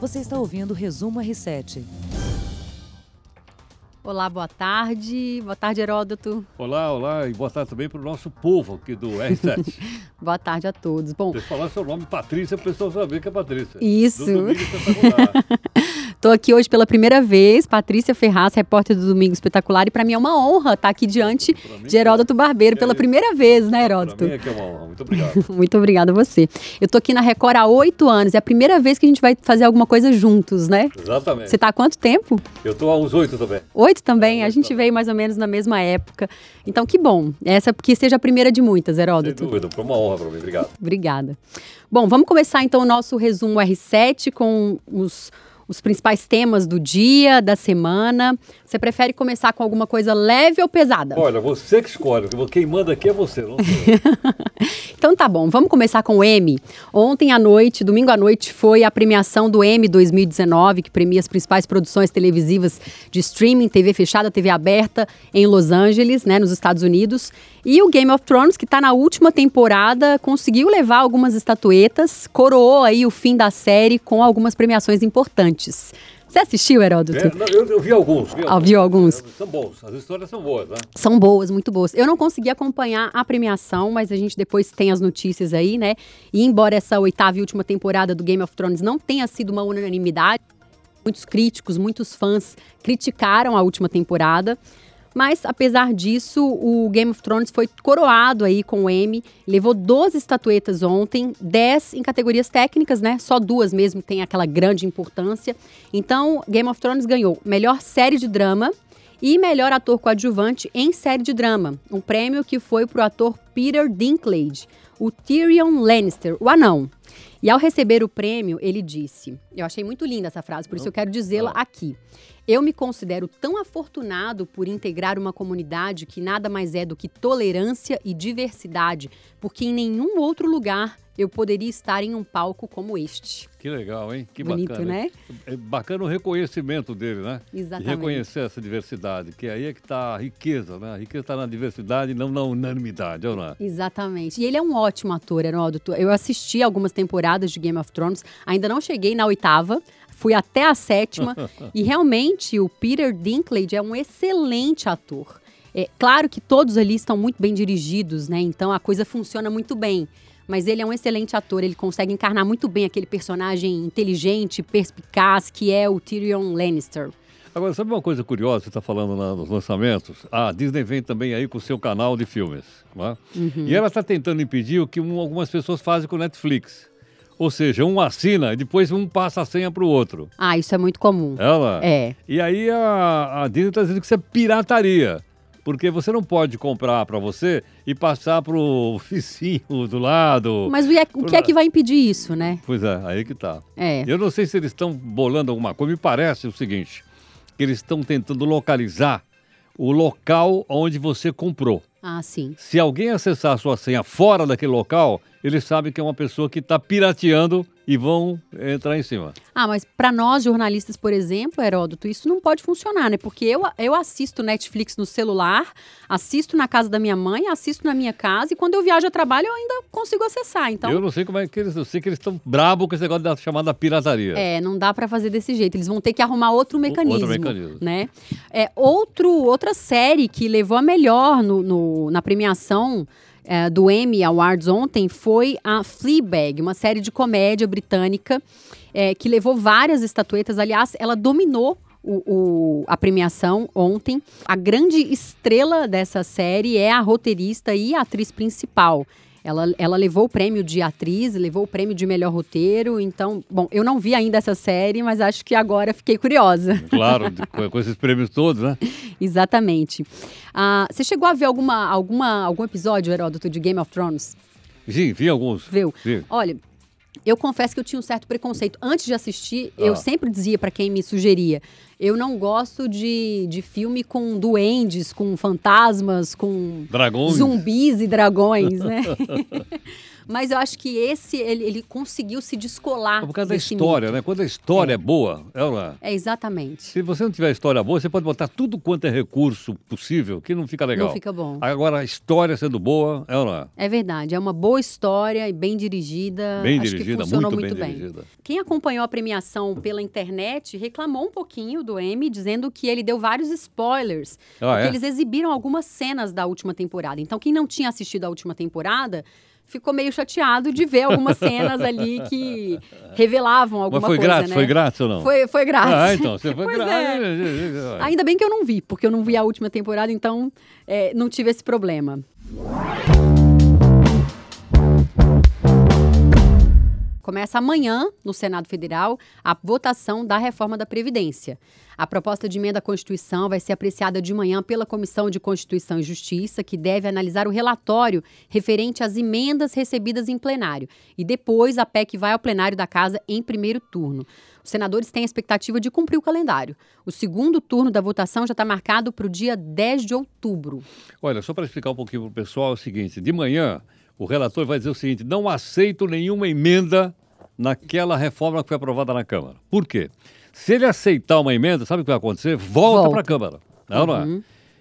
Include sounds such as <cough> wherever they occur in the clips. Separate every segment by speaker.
Speaker 1: Você está ouvindo o Resumo R7.
Speaker 2: Olá, boa tarde. Boa tarde, Heródoto.
Speaker 3: Olá, olá, e boa tarde também para o nosso povo aqui do
Speaker 2: <laughs>
Speaker 3: R7.
Speaker 2: Boa tarde a todos. Bom,
Speaker 3: Você falar seu nome, Patrícia, o pessoal saber que é Patrícia.
Speaker 2: Isso.
Speaker 3: Do domingo espetacular.
Speaker 2: estou aqui hoje pela primeira vez, Patrícia Ferraz, repórter do Domingo Espetacular, e para mim é uma honra estar aqui diante
Speaker 3: Pra mim,
Speaker 2: de Heródoto Barbeiro
Speaker 3: É
Speaker 2: pela
Speaker 3: isso.
Speaker 2: primeira vez, né,
Speaker 3: Pra
Speaker 2: <laughs>
Speaker 3: mim
Speaker 2: Heródoto?
Speaker 3: é que é uma honra. Muito obrigado.
Speaker 2: Muito obrigada a você. Eu tô aqui na Record há oito anos, é a primeira vez que a gente vai fazer alguma coisa juntos, né?
Speaker 3: Exatamente.
Speaker 2: Você tá há quanto tempo?
Speaker 3: Eu estou aos oito também.
Speaker 2: Oito também?
Speaker 3: É,
Speaker 2: a
Speaker 3: oito
Speaker 2: gente
Speaker 3: também.
Speaker 2: veio mais ou menos na mesma época. Então, que bom. Essa que seja a primeira de muitas,
Speaker 3: Sem
Speaker 2: Heródoto.
Speaker 3: dúvida, foi uma honra para mim. Obrigado.
Speaker 2: Obrigada. Bom, vamos começar então o nosso resumo R7 com os, os principais temas do dia, da semana. Você prefere começar com alguma coisa leve ou pesada?
Speaker 3: Olha, você que escolhe. porque Quem manda aqui é você, não
Speaker 2: <laughs>
Speaker 3: sou eu.
Speaker 2: Então tá bom, vamos começar com o M. Ontem à noite, domingo à noite, foi a premiação do M 2019, que premia as principais produções televisivas de streaming, TV fechada, TV aberta, em Los Angeles, né, nos Estados Unidos. E o Game of Thrones, que está na última temporada, conseguiu levar algumas estatuetas, coroou aí o fim da série com algumas premiações importantes. Você assistiu, Heródoto?
Speaker 3: É, não, eu, eu vi alguns. Vi
Speaker 2: Ah, viu alguns?
Speaker 3: São bons. As histórias são boas, né?
Speaker 2: São boas, muito boas. Eu não consegui acompanhar a premiação, mas a gente depois tem as notícias aí, né? E embora essa oitava e última temporada do Game of Thrones não tenha sido uma unanimidade, muitos críticos, muitos fãs criticaram a última temporada. Mas, apesar disso, o Game of Thrones foi coroado aí com o Emmy, levou 12 estatuetas ontem, 10 em categorias técnicas, né? Só duas mesmo tem aquela grande importância. Então, Game of Thrones ganhou melhor série de drama e melhor ator coadjuvante em série de drama, um prêmio que foi para o ator Peter Dinklage, o Tyrion Lannister, o anão. E ao receber o prêmio, ele disse: Eu achei muito linda essa frase, por isso eu quero dizê-la aqui. Eu me considero tão afortunado por integrar uma comunidade que nada mais é do que tolerância e diversidade, porque em nenhum outro lugar eu poderia estar em um palco como este.
Speaker 3: Que legal, hein? Que
Speaker 2: Bonito,
Speaker 3: bacana.
Speaker 2: né?
Speaker 3: É bacana o reconhecimento dele, né? E
Speaker 2: Exatamente.
Speaker 3: reconhecer essa diversidade, que aí é que está a riqueza, né? A riqueza está na diversidade, não na unanimidade, ou não? é?
Speaker 2: Exatamente. E ele é um ótimo ator, Heródoto. Eu assisti algumas temporadas de Game of Thrones, ainda não cheguei na oitava, fui até a sétima. e realmente o Peter Dinklage é um excelente ator. É claro que todos ali estão muito bem dirigidos, né? Então a coisa funciona muito bem. Mas ele é um excelente ator, ele consegue encarnar muito bem aquele personagem inteligente, perspicaz que é o Tyrion Lannister.
Speaker 3: Agora, sabe uma coisa curiosa, você está falando lá nos lançamentos? A Disney vem também aí com o seu canal de filmes. Não é?
Speaker 2: Uhum.
Speaker 3: E ela está tentando impedir o que um- algumas pessoas fazem com o Netflix. Ou seja, um assina e depois um passa a senha para o outro.
Speaker 2: Ah, isso é muito comum.
Speaker 3: Ela.
Speaker 2: É.
Speaker 3: E aí a, a Disney está dizendo que isso é pirataria. Porque você não pode comprar para você e passar para o vizinho do lado.
Speaker 2: Mas o, o que é que vai impedir isso, né?
Speaker 3: Pois é, aí que tá.
Speaker 2: É.
Speaker 3: Eu não sei se eles estão bolando alguma coisa. Me parece o seguinte: que eles estão tentando localizar o local onde você comprou.
Speaker 2: Ah, sim.
Speaker 3: Se alguém acessar a sua senha fora daquele local, eles sabem que é uma pessoa que está pirateando e vão entrar em cima.
Speaker 2: Ah, mas para nós jornalistas, por exemplo, Heródoto, isso não pode funcionar, né? Porque eu, eu assisto Netflix no celular, assisto na casa da minha mãe, assisto na minha casa e quando eu viajo a trabalho eu ainda consigo acessar. Então,
Speaker 3: Eu não sei como é que eles. Eu sei que eles estão bravos com esse negócio da chamada pirataria.
Speaker 2: é, não dá para fazer desse jeito. Eles vão ter que arrumar outro mecanismo,
Speaker 3: mecanismo.
Speaker 2: né? É outro outra série que levou a melhor no, no- na premiação é, do Emmy Awards ontem foi a Fleabag, uma série de comédia britânica é, que levou várias estatuetas. Aliás, ela dominou o- o- a premiação ontem. A grande estrela dessa série é a roteirista e a atriz principal. Ela, ela levou o prêmio de atriz, levou o prêmio de melhor roteiro. Então, bom, eu não vi ainda essa série, mas acho que agora fiquei curiosa.
Speaker 3: Claro, de- com, com esses prêmios todos, né?
Speaker 2: Exatamente. Ah, você chegou a ver alguma, alguma, algum episódio, Heródoto, de Game of Thrones?
Speaker 3: Sim, vi alguns.
Speaker 2: Viu?
Speaker 3: Vi.
Speaker 2: Olha, eu confesso que eu tinha um certo preconceito. Antes de assistir,
Speaker 3: Ah.
Speaker 2: eu sempre dizia pra quem me sugeria: eu não gosto de, de filme com duendes, com fantasmas, com
Speaker 3: Dragões. <laughs>
Speaker 2: zumbis e dragões, né? <laughs> Mas eu acho que esse, ele, ele conseguiu se descolar.
Speaker 3: É por causa da
Speaker 2: desse
Speaker 3: história,
Speaker 2: mito.
Speaker 3: né? Quando a história é, boa, ela.
Speaker 2: É, exatamente.
Speaker 3: Se você não tiver história boa, você pode botar tudo quanto é recurso possível, que não fica legal.
Speaker 2: Não fica bom.
Speaker 3: Agora, a história sendo boa, ela.
Speaker 2: É verdade, é uma boa história e bem dirigida.
Speaker 3: Bem
Speaker 2: acho que
Speaker 3: dirigida,
Speaker 2: funcionou
Speaker 3: muito,
Speaker 2: muito,
Speaker 3: bem,
Speaker 2: bem.
Speaker 3: dirigida.
Speaker 2: Quem acompanhou a premiação pela internet reclamou um pouquinho do M, dizendo que ele deu vários spoilers,
Speaker 3: Ah,
Speaker 2: porque
Speaker 3: é?
Speaker 2: eles exibiram algumas cenas da última temporada. Então, quem não tinha assistido a última temporada ficou meio chateado de ver algumas
Speaker 3: <laughs>
Speaker 2: cenas ali que revelavam alguma
Speaker 3: Mas foi
Speaker 2: coisa,
Speaker 3: grátis,
Speaker 2: né?
Speaker 3: foi grátis ou não?
Speaker 2: Foi, foi grátis.
Speaker 3: Ah, então, você foi
Speaker 2: <laughs> Pois
Speaker 3: grátis.
Speaker 2: é. Ainda bem que eu não vi, porque eu não vi a última temporada, então é, não tive esse problema. Começa amanhã, no Senado Federal, a votação da reforma da Previdência. A proposta de emenda à Constituição vai ser apreciada de manhã pela Comissão de Constituição e Justiça, que deve analisar o relatório referente às emendas recebidas em plenário. E depois a PEC vai ao plenário da Casa em primeiro turno. Os senadores têm a expectativa de cumprir o calendário. O segundo turno da votação já está marcado para o dia 10 de outubro.
Speaker 3: Olha, só para explicar um pouquinho para o pessoal, é o seguinte: de manhã, o relator vai dizer o seguinte: não aceito nenhuma emenda naquela reforma que foi aprovada na Câmara. Por quê? Se ele aceitar uma emenda, sabe o que vai acontecer? Volta
Speaker 2: Volta.
Speaker 3: para a Câmara. Não, não é?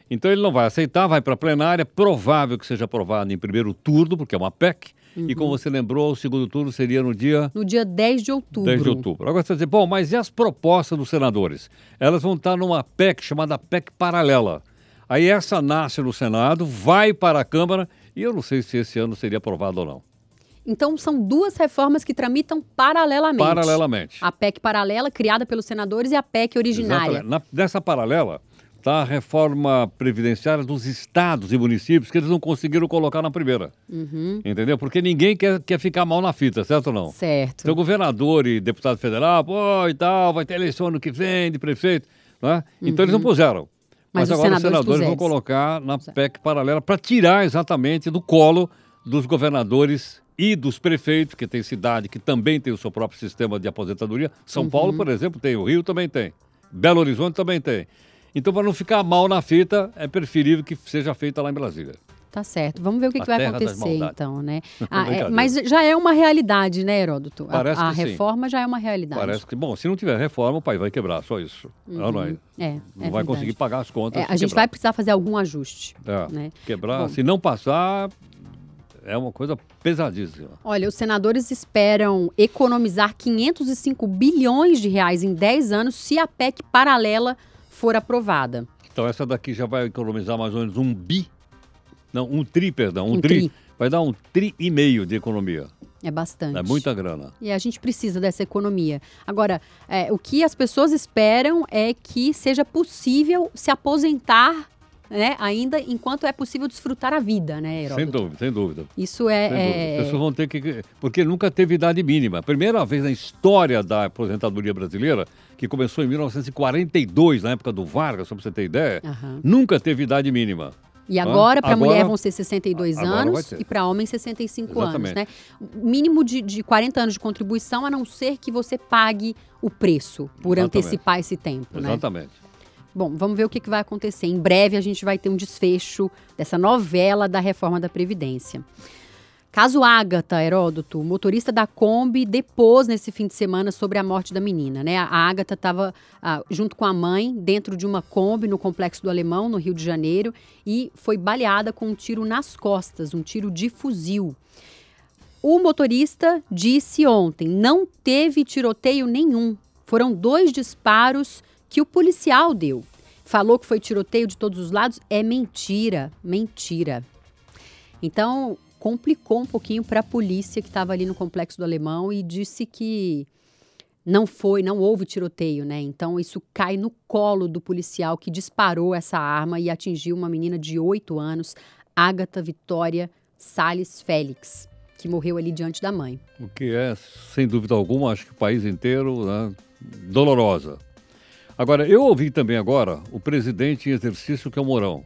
Speaker 3: Então ele não vai aceitar, vai para a plenária, provável que seja aprovado em primeiro turno, porque é uma PEC. E como você lembrou, o segundo turno seria no dia
Speaker 2: No dia 10 de outubro.
Speaker 3: 10 de outubro. Agora você vai dizer, bom, mas e as propostas dos senadores? Elas vão estar numa PEC chamada PEC paralela. Aí essa nasce no Senado, vai para a Câmara e eu não sei se esse ano seria aprovado ou não.
Speaker 2: Então são duas reformas que tramitam paralelamente.
Speaker 3: Paralelamente.
Speaker 2: A PEC paralela, criada pelos senadores, e a PEC originária.
Speaker 3: Exatamente. Na, nessa paralela está a reforma previdenciária dos estados e municípios que eles não conseguiram colocar na primeira.
Speaker 2: Uhum.
Speaker 3: Entendeu? Porque ninguém quer, quer ficar mal na fita, certo ou não?
Speaker 2: Certo.
Speaker 3: Então, governador e deputado federal, pô, e tal, vai ter eleição ano que vem de prefeito, né? Então eles não puseram.
Speaker 2: Uhum. Mas
Speaker 3: Mas,
Speaker 2: os
Speaker 3: agora os
Speaker 2: senadores
Speaker 3: senadores vão
Speaker 2: puseram.
Speaker 3: colocar na PEC paralela para tirar exatamente do colo dos governadores e dos prefeitos, que tem cidade que também tem o seu próprio sistema de aposentadoria. São
Speaker 2: Uhum.
Speaker 3: Paulo, por exemplo, tem, o Rio também tem, Belo Horizonte também tem. Então, para não ficar mal na fita, é preferível que seja feita lá em Brasília.
Speaker 2: Tá certo. Vamos ver o que,
Speaker 3: A
Speaker 2: que vai
Speaker 3: terra das
Speaker 2: acontecer,
Speaker 3: maldades.
Speaker 2: então,
Speaker 3: <laughs>
Speaker 2: né? Ah, é,
Speaker 3: Brincadeira.
Speaker 2: mas já é uma realidade, né, Heródoto? A-
Speaker 3: Parece
Speaker 2: a
Speaker 3: que sim.
Speaker 2: reforma já é uma realidade.
Speaker 3: Parece que, bom, se não tiver reforma, o país vai quebrar, só isso. Não, não,
Speaker 2: É,
Speaker 3: é-
Speaker 2: é
Speaker 3: não vai
Speaker 2: verdade.
Speaker 3: conseguir pagar as contas.
Speaker 2: É,
Speaker 3: se
Speaker 2: a gente
Speaker 3: quebrar.
Speaker 2: vai precisar fazer algum ajuste.
Speaker 3: É,
Speaker 2: né?
Speaker 3: Quebrar,
Speaker 2: Bom.
Speaker 3: se não passar, é uma coisa pesadíssima.
Speaker 2: Olha, os senadores esperam economizar 505 bilhões de reais em 10 anos se a PEC paralela for aprovada.
Speaker 3: Então essa daqui já vai economizar mais ou menos um bi. Não, um tri, perdão, um,
Speaker 2: Um
Speaker 3: tri.
Speaker 2: tri.
Speaker 3: Vai dar um tri e meio de economia.
Speaker 2: É bastante.
Speaker 3: É muita grana.
Speaker 2: E a gente precisa dessa economia. Agora, é, o que as pessoas esperam é que seja possível se aposentar, né, ainda enquanto é possível desfrutar a vida, né,
Speaker 3: Sem
Speaker 2: Heródoto?
Speaker 3: dúvida, sem dúvida.
Speaker 2: Isso
Speaker 3: Sem dúvida. As
Speaker 2: é- é,
Speaker 3: pessoas vão ter que. Porque nunca teve idade mínima. Primeira vez na história da aposentadoria brasileira, que começou em 1942, na época do Vargas, só para você ter ideia,
Speaker 2: é, Aham.
Speaker 3: nunca teve idade mínima.
Speaker 2: E
Speaker 3: Ah,
Speaker 2: agora, para
Speaker 3: agora-
Speaker 2: mulher, vão ser 62
Speaker 3: agora vai
Speaker 2: anos
Speaker 3: ter.
Speaker 2: e para homem, 65 anos,
Speaker 3: Exatamente.
Speaker 2: né? Mínimo de, de 40 anos de contribuição, a não ser que você pague o preço por
Speaker 3: Exatamente.
Speaker 2: antecipar esse tempo, né?
Speaker 3: Exatamente.
Speaker 2: Bom, vamos ver o que, que vai acontecer. Em breve a gente vai ter um desfecho dessa novela da reforma da Previdência. Caso Ágata, Heródoto, motorista da Kombi, depôs nesse fim de semana sobre a morte da menina. Né? A Ágata estava ah, junto com a mãe dentro de uma Kombi no Complexo do Alemão, no Rio de Janeiro, e foi baleada com um tiro nas costas, um tiro de fuzil. O motorista disse ontem: não teve tiroteio nenhum. Foram dois disparos que o policial deu. Falou que foi tiroteio de todos os lados. É mentira, mentira. Então, complicou um pouquinho para a polícia que estava ali no complexo do Alemão e disse que não foi, não houve tiroteio, né? Então, isso cai no colo do policial que disparou essa arma e atingiu uma menina de 8 anos, Agatha Vitória Salles Félix, que morreu ali diante da mãe.
Speaker 3: O que é, sem dúvida alguma, acho que o país inteiro, né, dolorosa. Agora, eu ouvi também agora o presidente em exercício, que é o Mourão,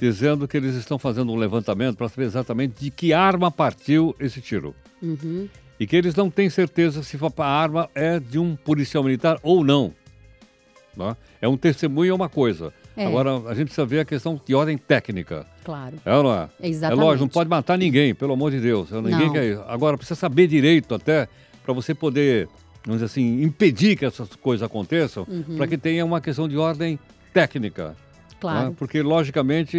Speaker 3: dizendo que eles estão fazendo um levantamento para saber exatamente de que arma partiu esse tiro.
Speaker 2: Uhum.
Speaker 3: E que eles não têm certeza se a arma é de um policial militar ou não. né? É um testemunho, é uma coisa.
Speaker 2: É.
Speaker 3: Agora, a gente precisa ver a questão de ordem técnica.
Speaker 2: Claro.
Speaker 3: É ou não é?
Speaker 2: É exatamente.
Speaker 3: É lógico, não pode matar ninguém, pelo amor de Deus. É, Ninguém
Speaker 2: Não.
Speaker 3: quer isso. Agora, precisa saber direito até para você poder, vamos dizer assim, impedir que essas coisas aconteçam,
Speaker 2: Uhum.
Speaker 3: para que tenha uma questão de ordem técnica.
Speaker 2: Claro,
Speaker 3: né? Porque, logicamente,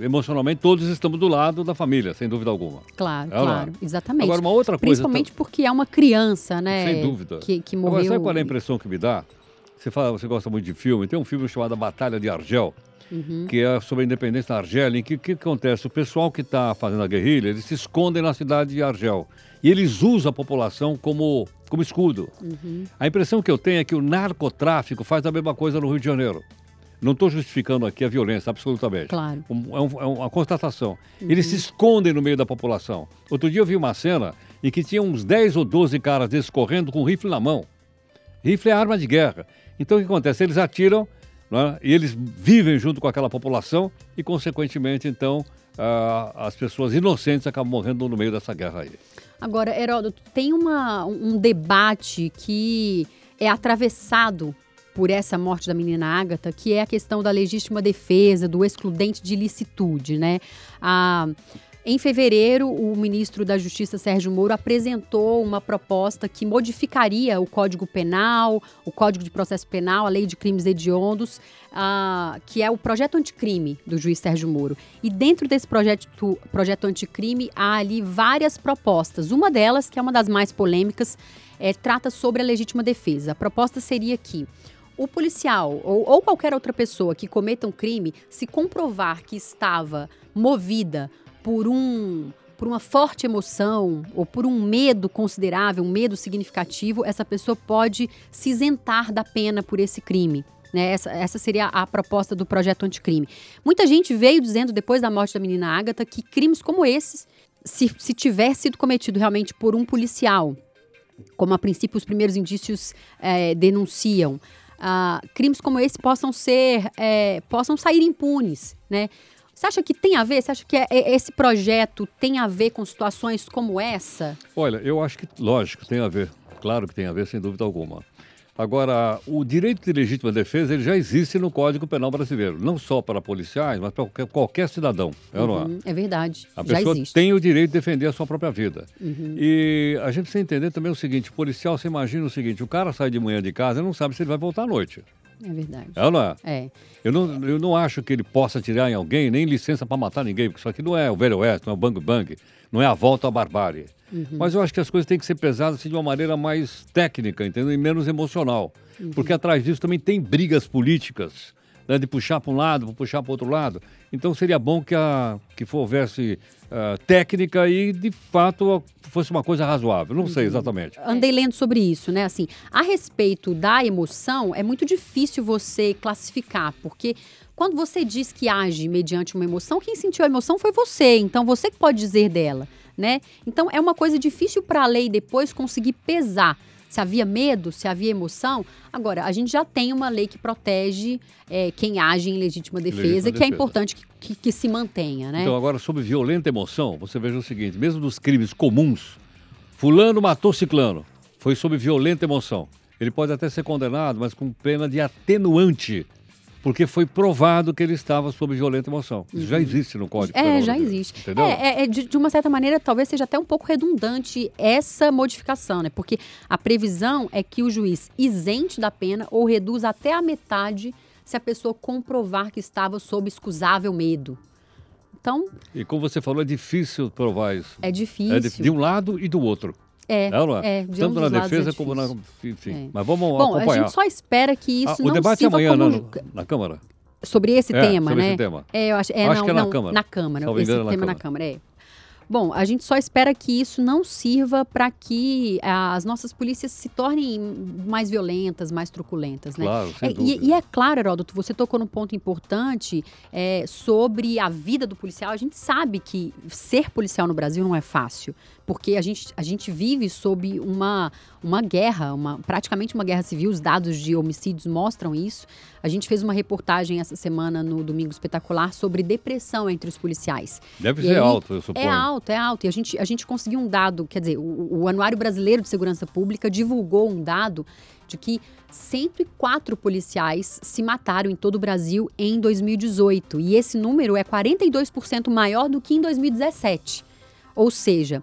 Speaker 3: emocionalmente, todos estamos do lado da família, sem dúvida alguma.
Speaker 2: claro,
Speaker 3: É lá.
Speaker 2: claro. Exatamente.
Speaker 3: Agora, uma outra coisa.
Speaker 2: Principalmente porque é uma criança, né?
Speaker 3: Sem dúvida.
Speaker 2: Que, que
Speaker 3: Agora,
Speaker 2: morreu.
Speaker 3: sabe qual é a impressão que me dá? Você fala, você gosta muito de filme. Tem um filme chamado A Batalha de Argel, que é sobre a independência da Argélia. Em que, que acontece? O pessoal que está fazendo a guerrilha, eles se escondem na cidade de Argel. E eles usam a população como, como escudo. A impressão que eu tenho é que o narcotráfico faz a mesma coisa no Rio de Janeiro. Não estou justificando aqui a violência, absolutamente.
Speaker 2: Claro.
Speaker 3: Um- é, um- é uma constatação. Eles se escondem no meio da população. Outro dia eu vi uma cena em que tinha uns 10 ou 12 caras desses correndo com um rifle na mão. Rifle é arma de guerra. Então o que acontece? Eles atiram né, e eles vivem junto com aquela população e, consequentemente, então, ah, as pessoas inocentes acabam morrendo no meio dessa guerra aí.
Speaker 2: Agora, Heródoto, tem uma, um um debate que é atravessado por essa morte da menina Ágata, que é a questão da legítima defesa, do excludente de licitude, né? Ah, em fevereiro, o ministro da Justiça, Sérgio Moro, apresentou uma proposta que modificaria o Código Penal, o Código de Processo Penal, a Lei de Crimes Hediondos, ah, que é o projeto anticrime do juiz Sérgio Moro. E dentro desse projeto, projeto anticrime há ali várias propostas. Uma delas, que é uma das mais polêmicas, é, trata sobre a legítima defesa. A proposta seria que o policial ou, ou qualquer outra pessoa que cometa um crime, se comprovar que estava movida por um por uma forte emoção ou por um medo considerável, um medo significativo, essa pessoa pode se isentar da pena por esse crime. Né? Essa, essa seria a proposta do projeto anticrime. Muita gente veio dizendo, depois da morte da menina Ágata, que crimes como esses, se, se tiver sido cometido realmente por um policial, como a princípio os primeiros indícios eh, denunciam, ah, crimes como esse possam ser, eh, possam sair impunes, né? Você acha que tem a ver? Você acha que é- é- esse projeto tem a ver com situações como essa?
Speaker 3: Olha, eu acho que, lógico, tem a ver. Claro que tem a ver, sem dúvida alguma. Agora, o direito de legítima defesa ele já existe no Código Penal brasileiro, não só para policiais, mas para qualquer, qualquer cidadão. é ou não é?
Speaker 2: Uhum, é verdade.
Speaker 3: A
Speaker 2: já
Speaker 3: pessoa
Speaker 2: existe. Uhum.
Speaker 3: tem o direito de defender a sua própria vida. E a gente precisa entender também o seguinte: policial, você imagina o seguinte, o cara sai de manhã de casa e não sabe se ele vai voltar à noite.
Speaker 2: É verdade.
Speaker 3: É ou não é?
Speaker 2: É.
Speaker 3: Eu não, eu não acho que ele possa tirar em alguém, nem licença para matar ninguém, porque isso aqui não é o Velho Oeste, não é o Bang Bang, não é a volta à barbárie. Mas eu acho que as coisas têm que ser pesadas assim, de uma maneira mais técnica, entendeu? E menos emocional. Porque atrás disso também tem brigas políticas, né? de puxar para um lado, puxar para outro lado. Então seria bom que, a, que for- houvesse ah, técnica e, de fato, fosse uma coisa razoável. Não sei exatamente.
Speaker 2: Andei lendo sobre isso, né? Assim, a respeito da emoção, é muito difícil você classificar, porque quando você diz que age mediante uma emoção, quem sentiu a emoção foi você, então você que pode dizer dela, né? Então é uma coisa difícil para a lei depois conseguir pesar. Se havia medo, se havia emoção. Agora, a gente já tem uma lei que protege eh, quem age em legítima defesa,
Speaker 3: Legítima
Speaker 2: que é
Speaker 3: defesa.
Speaker 2: importante que, que- que se mantenha, né?
Speaker 3: Então, agora, sobre violenta emoção, você veja o seguinte: mesmo dos crimes comuns, Fulano matou Ciclano, foi sob violenta emoção. Ele pode até ser condenado, mas com pena de atenuante, porque foi provado que ele estava sob violenta emoção. Isso já existe no Código
Speaker 2: É,
Speaker 3: Penal
Speaker 2: já
Speaker 3: brasileiro,
Speaker 2: existe.
Speaker 3: né? Entendeu?
Speaker 2: É, é, é, de, de uma certa maneira, talvez seja até um pouco redundante essa modificação, né? Porque a previsão é que o juiz isente da pena ou reduza até a metade se a pessoa comprovar que estava sob excusável medo. Então,
Speaker 3: E como você falou, é difícil provar isso.
Speaker 2: é difícil.
Speaker 3: É de, de um lado e do outro.
Speaker 2: É,
Speaker 3: É, ou não
Speaker 2: é,
Speaker 3: é?
Speaker 2: de
Speaker 3: Tanto
Speaker 2: ambos
Speaker 3: na
Speaker 2: os lados é
Speaker 3: defesa como na. Enfim.
Speaker 2: É.
Speaker 3: Mas vamos
Speaker 2: Bom, a
Speaker 3: acompanhar.
Speaker 2: gente só espera que isso
Speaker 3: Ah,
Speaker 2: não
Speaker 3: o debate é
Speaker 2: sirva
Speaker 3: amanhã,
Speaker 2: como...
Speaker 3: né, no- na Câmara?
Speaker 2: Sobre esse
Speaker 3: É,
Speaker 2: tema,
Speaker 3: sobre
Speaker 2: né?
Speaker 3: esse tema.
Speaker 2: É, eu acho, é,
Speaker 3: Acho
Speaker 2: não,
Speaker 3: que é na
Speaker 2: não,
Speaker 3: Câmara.
Speaker 2: Na Câmara,
Speaker 3: Salvo
Speaker 2: esse
Speaker 3: engano, é na
Speaker 2: tema na Câmara, é. Bom, a gente só espera que isso não sirva para que ah, as nossas polícias se tornem mais violentas, mais truculentas, né?
Speaker 3: Claro, sem
Speaker 2: É,
Speaker 3: dúvida.
Speaker 2: e, e é claro, Heródoto, você tocou num ponto importante é, sobre a vida do policial. A gente sabe que ser policial no Brasil não é fácil, porque a gente, a gente vive sob uma, uma guerra, uma, praticamente uma guerra civil. Os dados de homicídios mostram isso. A gente fez uma reportagem essa semana no Domingo Espetacular sobre depressão entre os policiais.
Speaker 3: Deve
Speaker 2: E
Speaker 3: ser
Speaker 2: aí,
Speaker 3: alto, eu suponho.
Speaker 2: É alto, é alto. E a gente, a gente conseguiu um dado, quer dizer, o, o Anuário Brasileiro de Segurança Pública divulgou um dado de que 104 policiais se mataram em todo o Brasil em 2018. E esse número é 42% maior do que em 2017. Ou seja,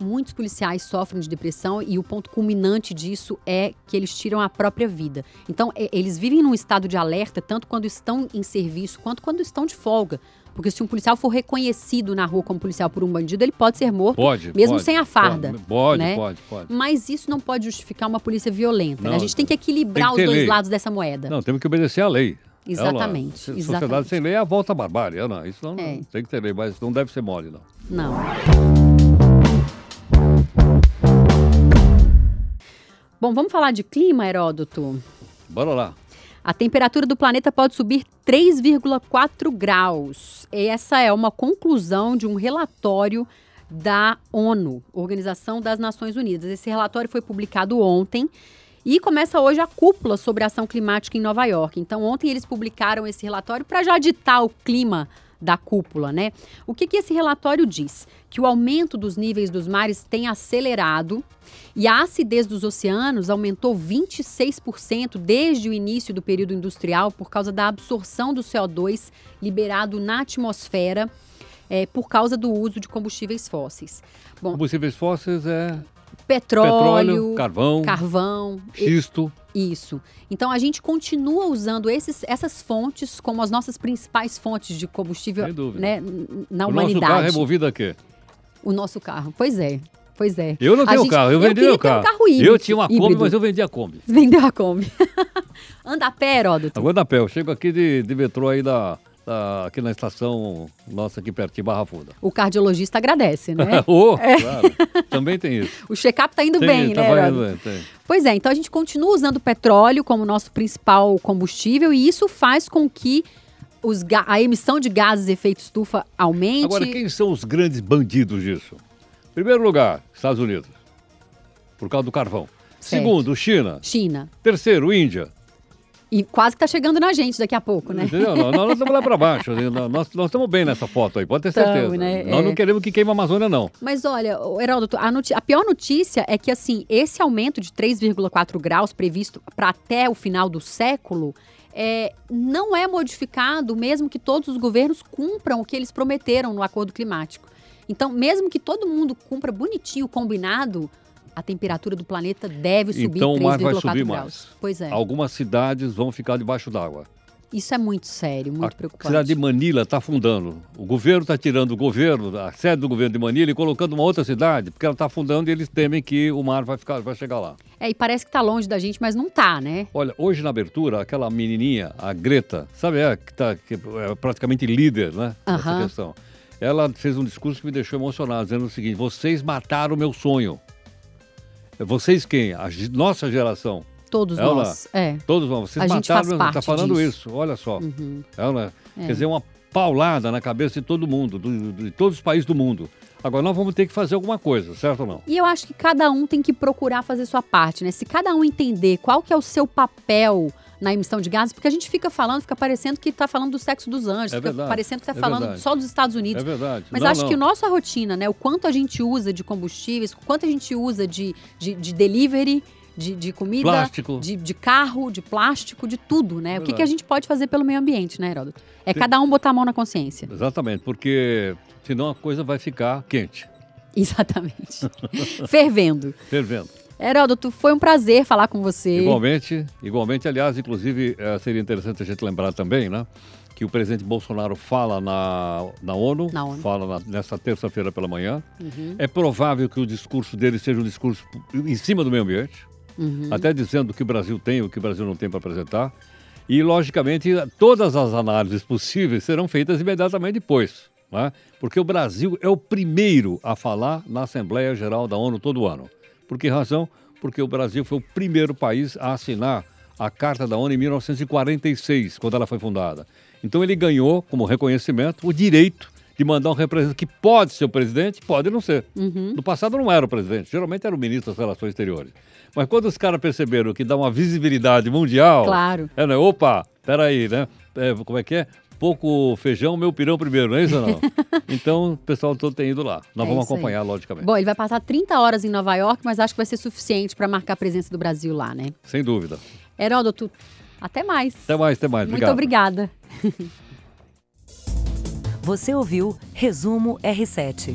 Speaker 2: muitos policiais sofrem de depressão e o ponto culminante disso é que eles tiram a própria vida. Então, e- eles vivem num estado de alerta, tanto quando estão em serviço quanto quando estão de folga. Porque se um policial for reconhecido na rua como policial por um bandido, ele pode ser morto.
Speaker 3: Pode.
Speaker 2: Mesmo
Speaker 3: pode,
Speaker 2: sem a farda,
Speaker 3: Pode, pode,
Speaker 2: né?
Speaker 3: pode, pode.
Speaker 2: Mas isso não pode justificar uma polícia violenta. né?
Speaker 3: Não,
Speaker 2: A gente tem que equilibrar
Speaker 3: tem que ter
Speaker 2: os dois
Speaker 3: lei.
Speaker 2: lados dessa moeda.
Speaker 3: Não, temos que obedecer à lei. Ela-
Speaker 2: Exatamente,
Speaker 3: se- Sociedade
Speaker 2: exatamente.
Speaker 3: sem lei é a volta à barbárie. é, Não, isso não,
Speaker 2: É.
Speaker 3: não tem que ter lei, mas não deve ser mole, não.
Speaker 2: Não. Bom, vamos falar de clima, Heródoto.
Speaker 3: Bora lá.
Speaker 2: A temperatura do planeta pode subir 3,4 graus. E essa é uma conclusão de um relatório da ONU, Organização das Nações Unidas. Esse relatório foi publicado ontem e começa hoje a cúpula sobre a ação climática em Nova York. Então, ontem eles publicaram esse relatório para já ditar o clima da cúpula, né? O que, que esse relatório diz? Que o aumento dos níveis dos mares tem acelerado e a acidez dos oceanos aumentou 26% desde o início do período industrial por causa da absorção do CO2 liberado na atmosfera eh, por causa do uso de combustíveis fósseis. Bom,
Speaker 3: Combustíveis fósseis é
Speaker 2: petróleo,
Speaker 3: carvão,
Speaker 2: carvão, e-
Speaker 3: xisto.
Speaker 2: isso. Então a gente continua usando esses, essas fontes como as nossas principais fontes de combustível
Speaker 3: Sem dúvida.
Speaker 2: né, n- n- na
Speaker 3: o nosso
Speaker 2: humanidade.
Speaker 3: carro é movido a quê?
Speaker 2: O nosso carro. Pois é, pois é.
Speaker 3: Eu não
Speaker 2: A
Speaker 3: tenho
Speaker 2: gente-
Speaker 3: carro, eu
Speaker 2: eu
Speaker 3: vendi
Speaker 2: queria
Speaker 3: meu
Speaker 2: ter um
Speaker 3: carro.
Speaker 2: carro híbrido-
Speaker 3: eu tinha uma Kombi,
Speaker 2: híbrido.
Speaker 3: mas eu vendi a Kombi.
Speaker 2: Vendeu a Kombi. <laughs> Anda a pé, Heródoto.
Speaker 3: Agora da pé, eu chego aqui de, de metrô aí da, da- aqui na estação nossa aqui pertinho, Barra Funda.
Speaker 2: O cardiologista agradece, né?
Speaker 3: <laughs> Ô, claro, também tem isso.
Speaker 2: o check-up tá indo
Speaker 3: Tem,
Speaker 2: bem,
Speaker 3: tá
Speaker 2: né,
Speaker 3: valendo,
Speaker 2: Heródoto?
Speaker 3: tem.
Speaker 2: Pois é, então a gente continua usando o petróleo como nosso principal combustível e isso faz com que os ga- a emissão de gases de efeito estufa aumente.
Speaker 3: Agora, quem são os grandes bandidos disso? Primeiro lugar, Estados Unidos, por causa do carvão.
Speaker 2: Certo.
Speaker 3: Segundo, China.
Speaker 2: China.
Speaker 3: Terceiro, Índia.
Speaker 2: E quase que tá chegando na gente daqui a pouco, né?
Speaker 3: Entendeu? Nós, nós estamos lá para baixo. né? Nós, nós estamos bem nessa foto aí, pode ter
Speaker 2: Tamo,
Speaker 3: certeza.
Speaker 2: né?
Speaker 3: Nós
Speaker 2: É.
Speaker 3: não queremos que queime a Amazônia, não.
Speaker 2: Mas olha, ô, Heródoto, a, noti- a pior notícia é que assim, esse aumento de 3,4 graus previsto para até o final do século é, não é modificado, mesmo que todos os governos cumpram o que eles prometeram no acordo climático. Então, mesmo que todo mundo cumpra bonitinho o combinado, a temperatura do planeta deve subir
Speaker 3: Então, o mar vai
Speaker 2: 3,4
Speaker 3: subir
Speaker 2: graus.
Speaker 3: mais.
Speaker 2: Pois é.
Speaker 3: Algumas cidades vão ficar debaixo d'água.
Speaker 2: Isso é muito sério, muito
Speaker 3: A
Speaker 2: preocupante.
Speaker 3: cidade Ah, de Manila está afundando. O governo está tirando o governo, a sede do governo de Manila e colocando uma outra cidade, porque ela está afundando e eles temem que o mar vai, ficar, vai chegar lá.
Speaker 2: É, e parece que tá longe da gente, mas não tá, né?
Speaker 3: Olha, hoje na abertura, aquela menininha, a Greta, sabe, é, que, tá, que é praticamente líder, né? Nessa
Speaker 2: Aham.
Speaker 3: questão. Ela fez um discurso que me deixou emocionado, dizendo o seguinte: vocês mataram o meu sonho. Vocês quem? A ge- nossa geração.
Speaker 2: Todos
Speaker 3: Ela-
Speaker 2: nós. É.
Speaker 3: Todos vão. Vocês
Speaker 2: A gente
Speaker 3: mataram
Speaker 2: faz
Speaker 3: o meu sonho. Tá
Speaker 2: parte
Speaker 3: falando
Speaker 2: disso.
Speaker 3: isso, olha só.
Speaker 2: Uhum.
Speaker 3: Ela,
Speaker 2: É.
Speaker 3: Quer dizer, uma paulada na cabeça de todo mundo, do- de todos os países do mundo. Agora, nós vamos ter que fazer alguma coisa, certo ou não?
Speaker 2: E eu acho que cada um tem que procurar fazer sua parte, né? Se cada um entender qual que é o seu papel na emissão de gases, porque a gente fica falando, fica parecendo que tá falando do sexo dos anjos,
Speaker 3: É
Speaker 2: fica
Speaker 3: verdade,
Speaker 2: parecendo que tá
Speaker 3: é
Speaker 2: falando
Speaker 3: verdade.
Speaker 2: só dos Estados
Speaker 3: É
Speaker 2: Unidos.
Speaker 3: verdade.
Speaker 2: Mas
Speaker 3: Não,
Speaker 2: acho
Speaker 3: não.
Speaker 2: que nossa rotina, né? O quanto a gente usa de combustíveis, o quanto a gente usa de, de, de delivery, de, de comida,
Speaker 3: Plástico. É
Speaker 2: de, de carro, de plástico, de tudo, né? O que,
Speaker 3: Verdade.
Speaker 2: que a gente pode fazer pelo meio ambiente, né, Heródoto? É
Speaker 3: Tem-
Speaker 2: cada um botar a mão na
Speaker 3: <laughs>
Speaker 2: consciência.
Speaker 3: Exatamente, porque senão a coisa vai ficar quente,
Speaker 2: Exatamente. Fervendo.
Speaker 3: fervendo.
Speaker 2: Heródoto, foi um prazer falar com você.
Speaker 3: Igualmente, igualmente, aliás, inclusive, eh, seria interessante a gente lembrar também, né? Que o presidente Bolsonaro fala na, na ONU,
Speaker 2: Na ONU.
Speaker 3: fala na- nessa terça-feira pela manhã.
Speaker 2: Uhum.
Speaker 3: É provável que o discurso dele seja um discurso em cima do meio ambiente,
Speaker 2: Uhum.
Speaker 3: até dizendo o que o Brasil tem, o que o Brasil não tem para apresentar. E, logicamente, todas as análises possíveis serão feitas imediatamente depois, né? porque o Brasil é o primeiro a falar na Assembleia Geral da ONU todo ano. Por que razão? Porque o Brasil foi o primeiro país a assinar a Carta da ONU em 1946, quando ela foi fundada. Então, ele ganhou, como reconhecimento, o direito de mandar um representante que pode ser o presidente, pode não ser.
Speaker 2: Uhum.
Speaker 3: No passado não era o presidente, geralmente era o ministro das Relações Exteriores. Mas quando os caras perceberam que dá uma visibilidade mundial,
Speaker 2: Claro.
Speaker 3: é, né? Opa, peraí, né? É, como é que é? pouco feijão, meu pirão primeiro, não é isso ou
Speaker 2: <laughs>
Speaker 3: não? então, o pessoal todo tem ido lá. Nós
Speaker 2: É
Speaker 3: vamos
Speaker 2: isso aí.
Speaker 3: acompanhar, logicamente.
Speaker 2: Bom, ele vai passar 30 horas em Nova York, mas acho que vai ser suficiente para marcar a presença do Brasil lá, né?
Speaker 3: Sem dúvida.
Speaker 2: Heródoto, até mais.
Speaker 3: Até mais, até mais.
Speaker 2: Muito obrigada.
Speaker 1: Você ouviu Resumo R7.